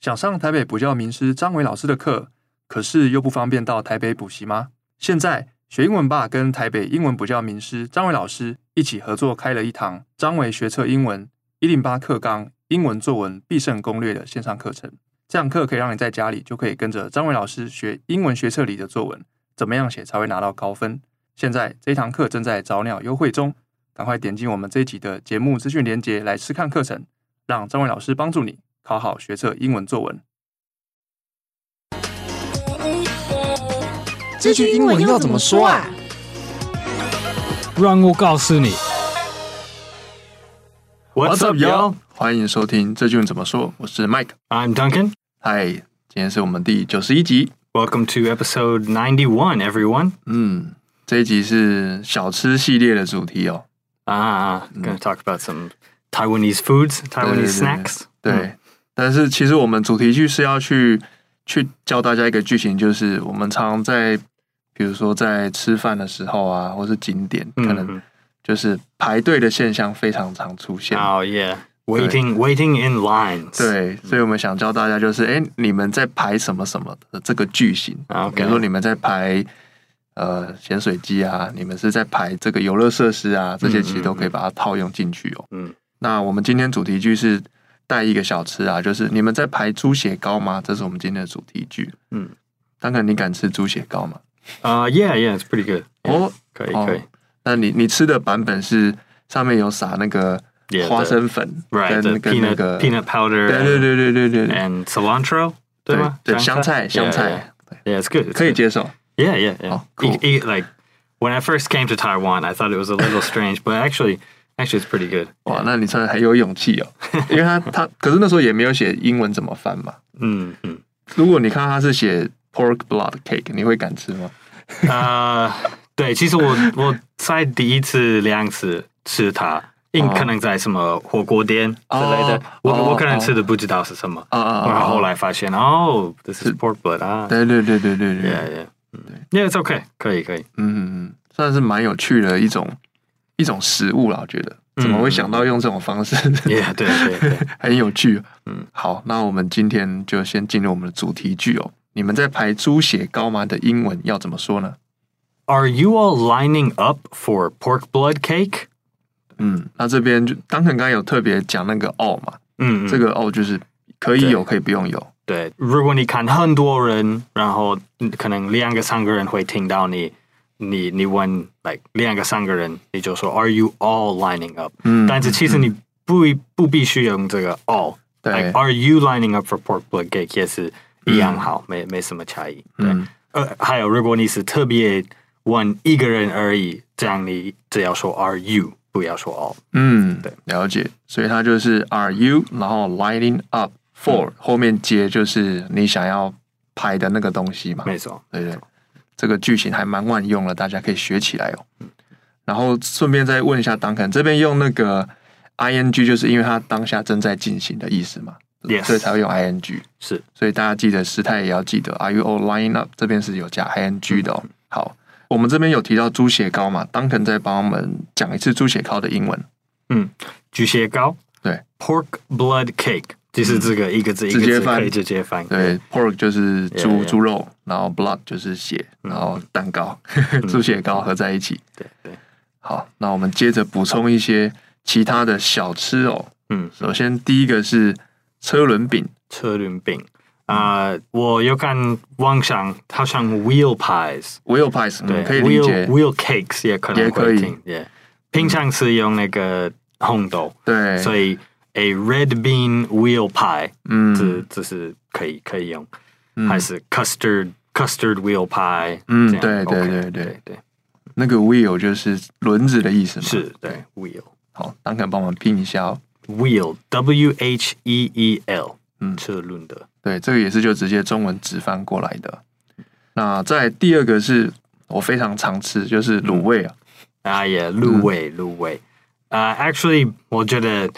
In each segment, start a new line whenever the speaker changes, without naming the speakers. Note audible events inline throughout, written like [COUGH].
想上台北补教名师张伟老师的课，可是又不方便到台北补习吗？现在学英文吧跟台北英文补教名师张伟老师一起合作开了一堂《张伟学测英文一零八课纲英文作文必胜攻略》的线上课程。这堂课可以让你在家里就可以跟着张伟老师学英文学测里的作文，怎么样写才会拿到高分。现在这一堂课正在早鸟优惠中，赶快点进我们这一集的节目资讯连结来试看课程，让张伟老师帮助你。考好学测英文作文。
这句英文要怎么说啊？
让我告诉你。
What's up, yo？欢迎收听这句文怎么说，我是 Mike。
I'm Duncan.
嗨，今天是我们第九十一集。
Welcome to episode 91, everyone.
嗯，这一集是小吃系列的主题哦。
Ah, going to
Mm.
talk about some Taiwanese foods,
对对
Taiwanese
对
snacks. Mm.
对，但是其实我们主题剧是要去去教大家一个剧情，就是我们常在比如说在吃饭的时候啊，或是景点，可
嗯
能就是排队的现象非常常出现。
Oh, yeah. Waiting, waiting in lines.
对，所以我们想教大家就是，哎、你们在排什么什么的这个句型
啊 OK
比如说你们在排呃咸水鸡啊，你们是在排这个游乐设施啊，这些其实都可以把它套用进去哦。
嗯，
那我们今天主题句是带一个小吃啊，就是你们在排猪血糕吗？这是我们今天的主题句。
嗯，
当然你敢吃猪血糕吗？
Uh, yeah, yeah, it's pretty good.
哦，
Okay,
哦
okay.
那你你吃的版本是上面有撒那个
Yeah,
花生粉跟
Right, the
跟那
peanut,
个
peanut powder
对对
and,
对对对对对。
and cilantro.
对
对吗？
对，香菜
香
香
菜？Yeah, yeah.
菜
Yeah, it's good. It's
可以
good.
接受。
Yeah, yeah, yeah.
Oh, cool.
E- e- like when I first came to Taiwan, I thought it was
[LAUGHS]
a little strange, but actually, actually, it's pretty good.
哇，那你算很有勇气哦，
[LAUGHS]
因为他他可是那时候也没有写英文怎么翻嘛。
Mm, mm.
如果你看到他是写 pork blood cake，你会敢吃吗？
[LAUGHS] 呃，对，其实我 [LAUGHS] 我在第一次、两次吃它，因
哦
可能在什么火锅店之类的
哦，
我、
哦
我可能
哦
吃的不知道是什么，
啊啊啊
然后后
啊！
来发现哦，this is pork blood 啊
对对对对对对，
，yeah yeah，嗯，yeah it's okay，可以可以，
嗯，嗯算是蛮有趣的一种一种食物啦，我觉得怎么会想到用这种方式
嗯，yeah 对对对，
[LAUGHS] 很有趣。
嗯，
好，那我们今天就先进入我们的主题句哦。你们在排猪血糕吗的英文要怎么说呢？
Are you all lining up for pork blood cake？
嗯，那这边就当肯刚刚有特别讲那个哦嘛，
嗯，
这个哦就是可以有，可以不用有。
对，如果你看很多人，然后嗯可能两个三个人会听到你，你你问 like 两个三个人，你就说 Are you all lining up？
嗯
但是其实你不不必须用这个 all。
对
Like, Are you lining up for pork blood cake？也是一样好，没没什么差异。对，呃，还有如果你是特别问一个人而已，这样你只要说 Are you，不要说 all。
嗯，
对，
了解。所以它就是 Are you，然后 lining up for、后
嗯
面接就是你想要拍的那个东西嘛。
没错，
对对，这个句型还蛮万用的，大家可以学起来哦。然后顺便再问一下 Duncan，这边用那个 ing 就是因为它当下正在进行的意思嘛
Yes
所以才会用 ing。
是
所以大家记得时态也要记得，Are you all line up？这边是有加 ing 的哦。
嗯
好，我们这边有提到猪血糕嘛，Duncan 再帮我们讲一次猪血糕的英文。
巨蟹膏。
对
pork blood cake，就是这个一个字一个
直接
字
翻
可以直接翻。
对，pork 就是猪
Yeah, yeah
猪肉，然后 blood 就是血，然后蛋糕、猪血糕合在一起。
嗯对对，
好，那我们接着补充一些其他的小吃哦。
嗯，
首先第一个是车轮饼，
车轮饼啊、呃我有看网上好像 wheel pies，
wheel pies，
对、
嗯，可以理
wheel
解。
wheel cakes 也可
也
能
可以
会听，也、平常是用那个红豆，
对，
所以 a red bean wheel pie，
嗯
这这是可以可以用，还是 custard custard wheel pie，
嗯
这
对
样
对
OK，
对对
对对，
那个 wheel 就是轮子的意思嘛。
是对 wheel
好，当肯帮我们拼一下哦。
wheel w h e e l
嗯
社论的。
对，这个也是就直接中文直翻过来的。那在第二个是我非常常吃，就是卤味啊。
啊耶，
Hmm.
入味入味。啊、a c t u a l l y Uh, 我觉得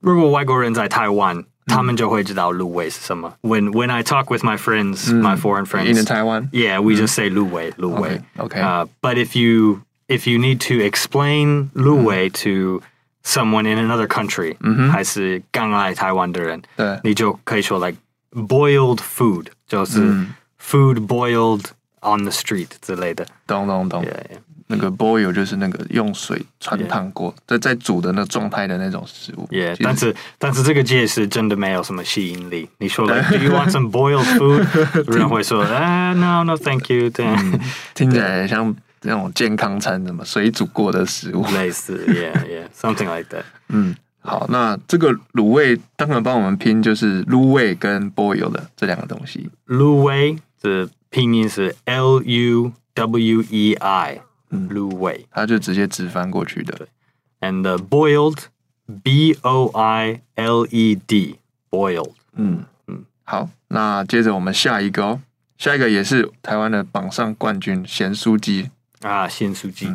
如果外国人在台湾，
Hmm。
他们就会知道入味是什么。When when I talk with my friends,、my foreign friends,
Hmm. in Taiwan，Hmm.
Yeah, we just say Lu Wei, Lu Wei.
Okay, okay.
Uh, but if you if you need to explain Lu
Hmm.
Wei to someone in another country, 还是刚来台湾的人，
Mm-hmm。对。
你就可以说 like boiled food, 就是 food boiled on the street 之类的。
懂懂懂。
Yeah,
那个 boil 就是那个用水穿烫过，在在煮的那个状态的那种食物。
yeah.
其实
但是但是这个解释真的没有什么吸引力。你说 [LAUGHS] like, do you want some boiled food? [LAUGHS] 人会说，"Ah, no, no, thank you. 这样。
听起来像那种健康餐，什么水煮过的食物。
[LAUGHS] 类似 yeah, yeah, something like that.
嗯，好，那这个卤味当然帮我们拼就是卤味跟 boil 的这两个东西。
Lu Wei 的拼音是 L U W E I，
嗯
Lu Wei，
它就直接直翻过去的。
and the boiled B O I L E D boiled
嗯嗯
嗯，
好，那接着我们下一个哦，下一个也是台湾的榜上冠军咸酥鸡，
啊，咸酥鸡。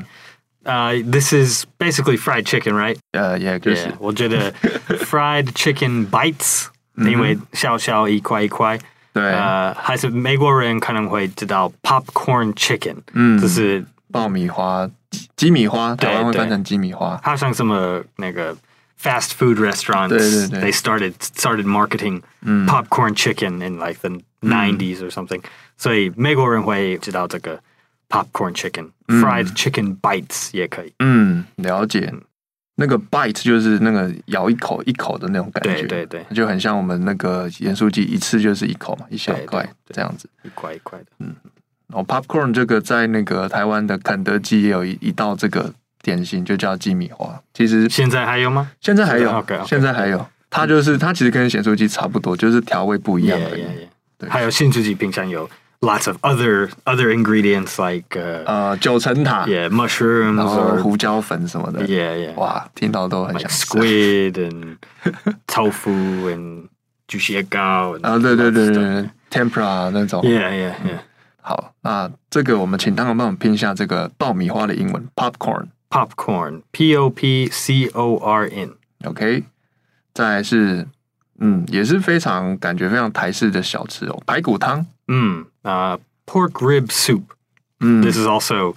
Uh, this is basically fried chicken, right?
呃，也就是
Yeah, 我觉得 fried chicken bites，、因为小小一块一块，
对
Uh, 呃，还是美国人可能会知道 popcorn chicken，
嗯。
就是
爆米花、鸡鸡米花，
对
台湾会
对
翻成鸡米花。
how some some uh, like a fast food restaurants
对，对，对。
they started started marketing popcorn chicken in like the 90s or something. So popcorn chicken, fried chicken bites
嗯，了解。那个 bite 就是那个咬一口一口的那种感觉，
对对对，
就很像我们那个盐酥鸡一次就是一口嘛，一小
对对
块
对
这样子。
也可以，一块一块的。嗯，
然后 popcorn 这个在那个台湾的肯德基也有一一道这个点心，就叫鸡米花。其实现在还有，
OK，OK
现在还有，它就是它其实跟咸酥鸡差不多，就是调味不一样而已。对。
还有新世纪冰箱有 lots of other other ingredients like uh, oh,
呃，九层塔，
yeah
然
mushrooms
后
or
胡椒粉什么的，
yeah yeah
哇，听到都很想
like
吃。
squid and [LAUGHS] tofu and jushiyagao and
啊，对对
lots of
对对
stuff.
对，tempura 那种。
Yeah, yeah, yeah.
好，那这个我们请当然帮我们拼一下这个爆米花的英文 popcorn。
Popcorn. P O P C O R N.
OK，再来是嗯，也是非常感觉非常台式的小吃哦，排骨汤。
Mm. Uh, pork rib soup.
嗯，
This is also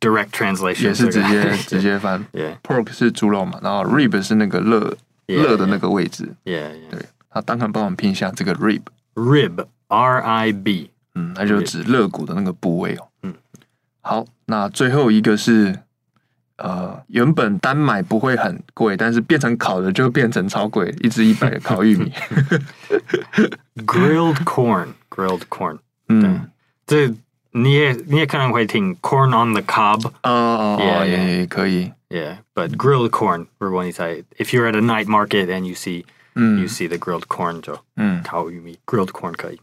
direct translation.
也是直接
Yeah.
直接翻
[LAUGHS] Yeah,
pork 是猪肉嘛，然后 rib 是那个肋
Yeah,
肋的那个位置。
yeah, yeah.
对，那当然帮我们拼一下这个 rib，
Rib. R I B.
嗯，那就指肋骨的那个部位哦。
嗯，
好，那最后一个是。呃，原本单买不会很贵，但是变成烤的就变成超贵，一只一百的烤玉
[LAUGHS]
米。
Grilled corn. Grilled corn.
嗯，
The 你也你也可能会听 corn on the cob.
哦哦哦，
Yeah,
也也可以。
Yeah, but grilled corn. 如果你在 if you're at a night market and you see
嗯
you see the grilled corn 就
嗯，
烤玉米 grilled corn 可以。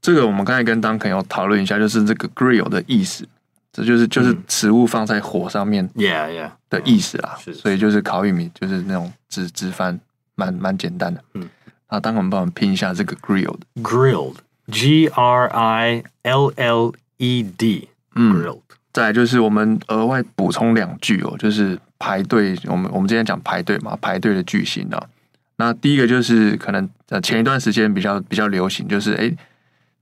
这个我们刚才跟当朋友讨论一下，就是这个 grill 的意思，这就是就是
嗯
食物放在火上面
Yeah, yeah.
的意思啦。
是
所以就是烤玉米，就是那种直直翻，蛮蛮简单的。
嗯，
那当然我们帮我们拼一下这个 grill 的，
Grilled. G R I L L E D.
嗯，
Grilled.
再来就是我们额外补充两句哦，就是排队，我们我们今天讲排队嘛，排队的句型啊。那第一个就是可能呃前一段时间比较比较流行，就是诶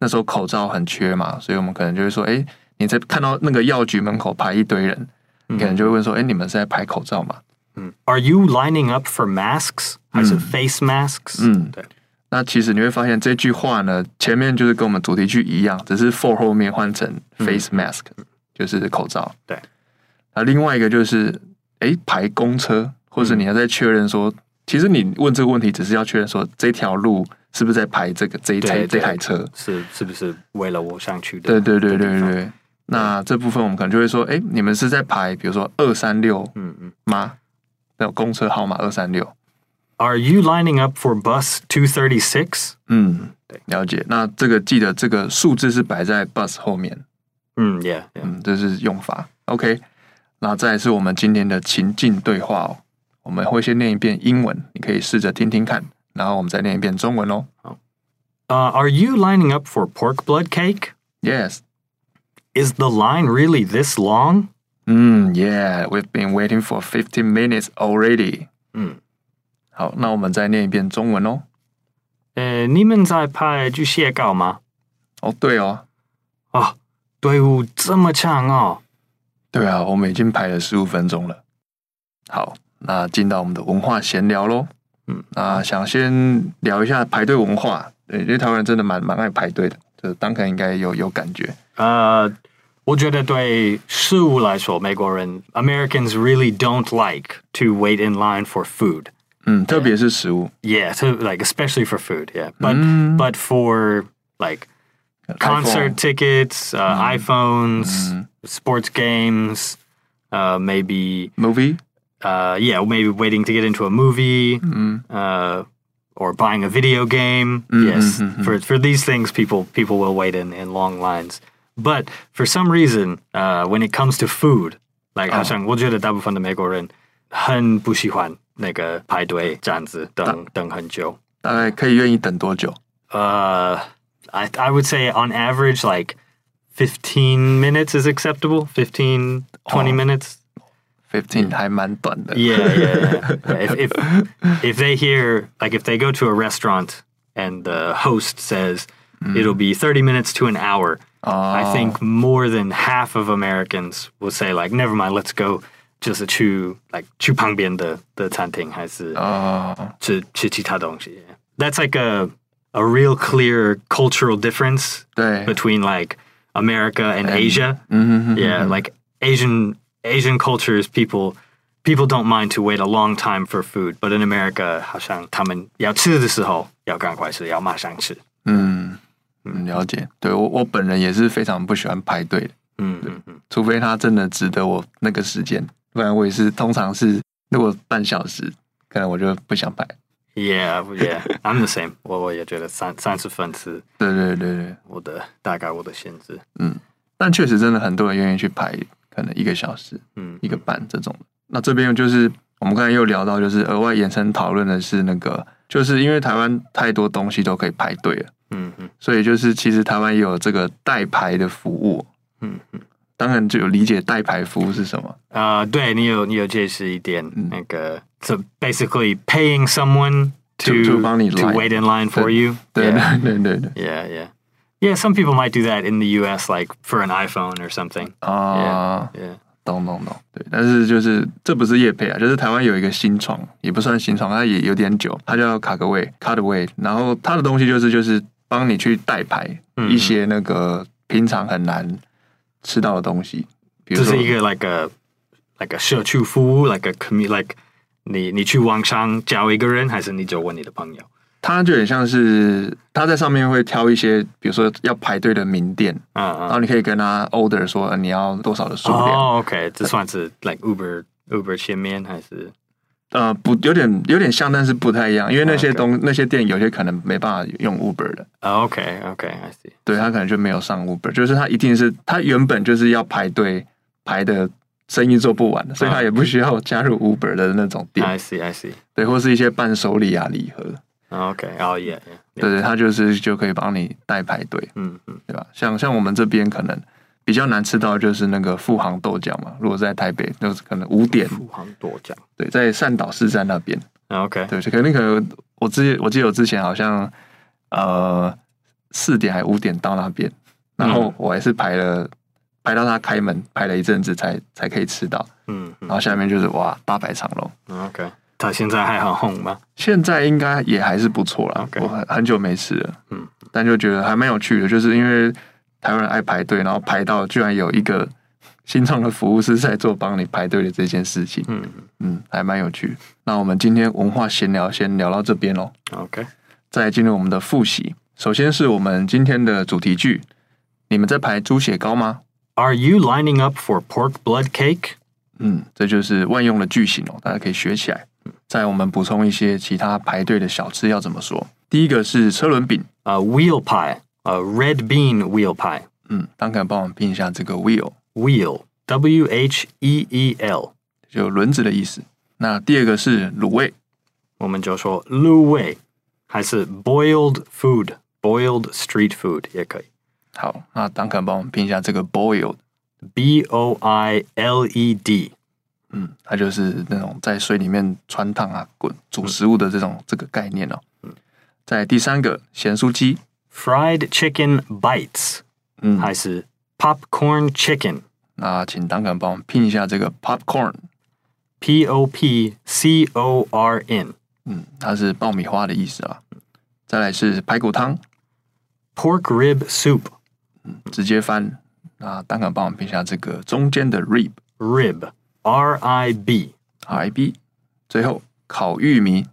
那时候口罩很缺嘛，所以我们可能就会说，诶，你在看到那个药局门口排一堆人，你可能就会问说，诶，你们是在排口罩嘛？
Mm. Are you lining up for masks? I said face masks.
嗯。
对。
那其实你会发现这句话呢，前面就是跟我们主题句一样，只是 for 后面换成 face mask，、就是口罩。
对。
那另外一个就是，诶，排公车，或
嗯
者你要在确认说，其实你问这个问题只是要确认说这条路是不是在排这个这一台
对
这
对
台车。
是-是不是为了我想去的
对对对对
地方？
对。那这部分我们可能就会说，诶，你们是在排，比如说二三六
嗯，嗯。
吗？那种公车号码二三六。
Are you lining up for bus 236?
嗯
对，
了解。那这个记得这个数字是摆在 bus 后面。
嗯 Hmm, yeah, yeah.
嗯，这是用法。OK，那再来是我们今天的情境对话哦，我们会先念一遍英文，你可以试着听听看，然后我们再念一遍中文哦。
Uh, are you lining up for pork blood cake?
Yes.
Is the line really this long?
嗯，Yeah, we've been waiting for fifteen minutes already.
嗯，
好，那我们再念一遍中文哦。
呃，你们在拍巨蟹膏吗？
哦，对哦，
啊，队伍这么长哦。
对啊，我们已经排了十五分钟了。好，那进到我们的文化闲聊喽。
嗯，
那想先聊一下排队文化，对，因为台湾人真的蛮蛮爱排队的，这当然应该有有感觉。
Uh, 呃，我觉得对事物来说，美国人 Americans really don't like to wait in line for food.
嗯，特别是食物，
Yeah, so like especially for food. Yeah, but but for like concert tickets, uh, iPhones, sports games, uh, maybe
movie，
uh, yeah, maybe waiting to get into a movie, uh, or buying a video game. Yes, for for these things, people people will wait in, in long lines. But for some reason, uh, when it comes to food, like 好像我觉得大部分的美国人很不喜欢那个排队这样子等等很久。
大概可以愿意等多久？
Uh, I I would say on average like. 15 minutes is acceptable 15 20 minutes
fifteen 还蛮短的。
Oh. yeah, yeah, yeah. [LAUGHS] if, if if they hear like if they go to a restaurant and the host says it'll be 30 minutes to an hour, I think more than half of Americans will say like never mind, let's go just to like 去旁边的的餐厅还是
哦，
吃吃其他东西. That's like a a real clear cultural difference
对，
between like America and Asia.
嗯哼哼，
Yeah, like Asian Asian cultures, people people don't mind to wait a long time for food, but in America, 好像他们要吃的时候要赶快吃，要马上吃。
嗯嗯，了解。对我我本人也是非常不喜欢排队的，除非他真的值得我那个时间，不然我也是通常是如果半小时，可能我就不想排。
Yeah, yeah, I'm the same.
对对对对，但确实真的很多人愿意去排，可能一个小时、一个半这种。那这边就是我们刚才又聊到，就是额外延伸讨论的是那个，就是因为台湾太多东西都可以排队了，所以就是其实台湾也有这个代排的服务。当然就有理解代排服务是什么，
我的大概我的限制。嗯嗯嗯。啊、uh,，对你有你有解释一点、嗯、那个，so basically paying someone to
To- 就帮你
to
line-
wait in line for
对-
you.
对
Yeah.
对对对对，
Yeah, yeah. Yeah, some people might do that in the US, like for an iPhone or something.
啊，
Yeah.
懂懂懂，对，但是就是这不是叶配啊，就是台湾有一个新创，也不算新创，它也有点久，它叫卡格位 Cardway，然后它的东西就是就是帮你去代排
嗯
一些那个平常很难吃到的东西，比如
这
说
是一个 like a like a 社区服务，like a commu like 你你去网上叫一个人，还是你就问你的朋友？
它就很像是它在上面会挑一些，比如说要排队的名店，然
嗯嗯。
后你可以跟他 order 说呃你要多少的数量，
哦、o k 这算是 like Uber Uber 前面还是
呃，不有点有点像，但是不太一样，因为那些
哦 OK
东那些店有些可能没办法用 Uber 的。
哦 OK OK，I、see。
对他可能就没有上 Uber，就是他一定是他原本就是要排队排的生意做不完的，所以他也不需要加入 Uber 的那种店，
I see I see。
对，或是一些伴手礼啊礼盒，
OK，哦、yeah, Oh, yeah，Mm-hmm.
对对，他就是就可以帮你代排队，
嗯嗯
对吧？像像我们这边可能比较难吃到的就是那个富航豆浆嘛，如果在台北就是可能五点，
不遑多讲。
对，在善导市站那边，
OK，
对，就可能可能我之我记得我之前好像呃四点还五点到那边，然
嗯
后我还是排了排到他开门，排了一阵子才才可以吃到，
嗯嗯
然后下面就是哇大排长龙。
，OK，他现在还很红吗？
现在应该也还是不错啦
OK
我很很久没吃了，
嗯，
但就觉得还蛮有趣的，就是因为台湾人爱排队，然后排到居然有一个 [LAUGHS] 新创的服务是在做帮你排队的这件事情，
嗯嗯
嗯，还蛮有趣。那我们今天文化闲聊先聊到这边喽。
，OK，
再进入我们的复习。首先是我们今天的主题句，你们在排猪血糕吗？
Are you lining up for pork blood cake?
嗯，这就是万用的句型哦，大家可以学起来。再我们补充一些其他排队的小吃要怎么说。第一个是车轮饼，
A Uh, wheel pie, a red bean wheel pie.
嗯，当可帮我们拼一下这个 wheel，
Wheel. W H E E L.
就轮子的意思。那第二个是卤味，
我们就说 Lu Wei. 还是 boiled food、boiled street food 也可以
好，那党肯帮我们拼一下这个 boiled，
，b o i l e d。
嗯，它就是那种在水里面穿烫啊、滚煮食物的这种、这个概念哦。在第三个咸酥鸡，
Fried chicken bites
嗯，
还是 popcorn chicken
那请党肯帮我们拼一下这个 popcorn，
P O P C O R N
嗯，它是爆米花的意思啊。再来是排骨汤，
pork rib soup
直接翻。那党肯帮我们拼一下这个中间的 rib
rib R I B
r i b，最后烤玉米，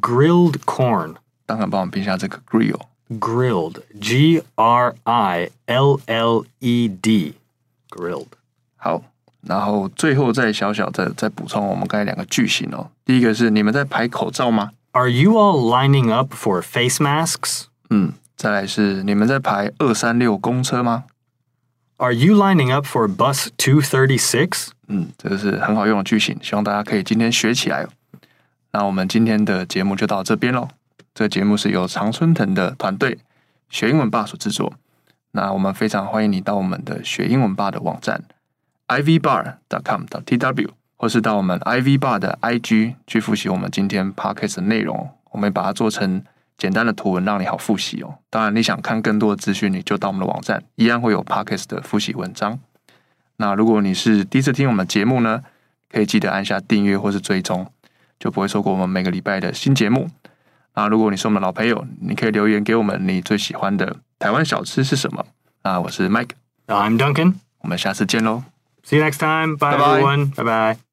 grilled corn
党肯帮我们拼一下这个 grill。
grilled G R I L L E D grilled
好，然后最后再小小再再补充我们刚才两个句型哦。第一个是你们在排口罩吗？
Are you all lining up for face masks?
嗯，再来是你们在排二三六公车吗？
Are you lining up for bus 236?
嗯，这个是很好用的句型，希望大家可以今天学起来哦。那我们今天的节目就到这边喽。这个节目是由常春藤的团队学英文吧所制作。那我们非常欢迎你到我们的学英文吧的网站 ivbar.com.tw，或是到我们 ivbar 的 IG 去复习我们今天 podcast 的内容哦。我们也把它做成简单的图文，让你好复习哦。当然，你想看更多的资讯，你就到我们的网站，一样会有 podcast 的复习文章。那如果你是第一次听我们节目呢，可以记得按下订阅或是追踪，就不会错过我们每个礼拜的新节目。那如果你是我们的老朋友，你可以留言给我们你最喜欢的台湾小吃是什么。那我是 Mike，
I'm Duncan.
我们下次见喽。
See you next time. Bye,
Bye-bye.
everyone. Bye bye.